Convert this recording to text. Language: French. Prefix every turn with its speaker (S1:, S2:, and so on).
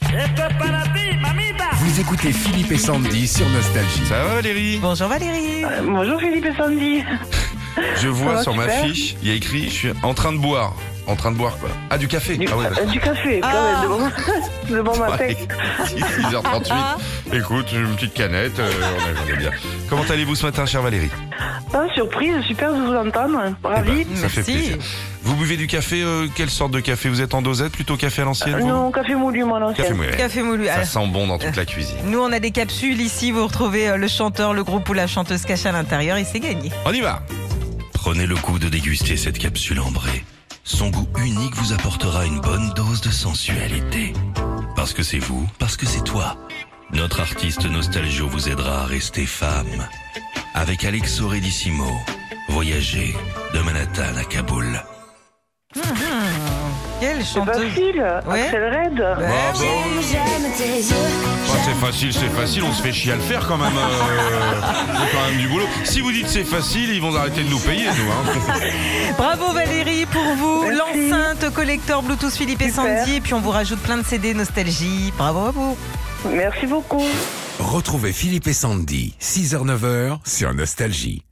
S1: Esto es para ti, mamita.
S2: Vous écoutez Philippe et Sandy sur Nostalgie.
S3: Ça va Valérie
S4: Bonjour Valérie.
S3: Ah,
S5: Bonjour Philippe et Sandy.
S3: Je vois
S5: Ça va,
S3: sur ma
S5: super.
S3: fiche, il y a écrit je suis en train de boire. En train de boire quoi Ah du café
S5: Du,
S3: Ah ouais,
S5: euh, du café, quand
S4: Ah.
S5: même, de bon, de bon matin.
S3: Ouais. 6h38. Écoute, j'ai une petite canette. euh, on est- on est bien. Comment allez-vous ce matin, chère Valérie
S5: Pas de surprise, super de vous entendre. Ravi.
S3: Eh ben, Ça fait
S4: Merci.
S3: plaisir. Vous buvez du café euh, Quelle sorte de café Vous êtes en dosette Plutôt café à l'ancienne vous
S5: Euh, non, café moulu, mon ancien.
S3: Café moelleux.
S4: Café moulu.
S3: Ça
S4: Alors,
S3: sent bon dans toute la cuisine.
S4: nous, on a des capsules ici. Vous retrouvez euh, le chanteur, le groupe ou la chanteuse cachée à l'intérieur et c'est gagné.
S3: On y va
S6: Prenez le coup de déguster cette capsule ambrée. Son goût unique vous apportera une bonne dose de sensualité. Parce que c'est vous, parce que c'est toi. Notre artiste Nostalgio vous aidera à rester femme. Avec Alexo Redissimo, voyagez de Manhattan à Kaboul.
S3: Eh ben,
S4: Quelle
S5: C'est
S4: chanteuse.
S5: facile,
S4: Ouais.
S5: Axel Red.
S4: Ouais,
S3: Bravo.
S4: oui.
S7: J'aime tes yeux.
S3: Oh, c'est facile, c'est facile, on se fait chier à le faire quand même. euh, c'est quand même du boulot. Si vous dites c'est facile, ils vont arrêter de nous payer, nous. hein.
S4: Bravo Valérie pour vous.
S5: Merci.
S4: L'enceinte collector Bluetooth Philippe et
S5: Super.
S4: Sandy. Et puis on vous rajoute plein de CD nostalgie. Bravo à vous.
S5: Merci beaucoup.
S2: Retrouvez Philippe et Sandy, 6h-9h sur Nostalgie.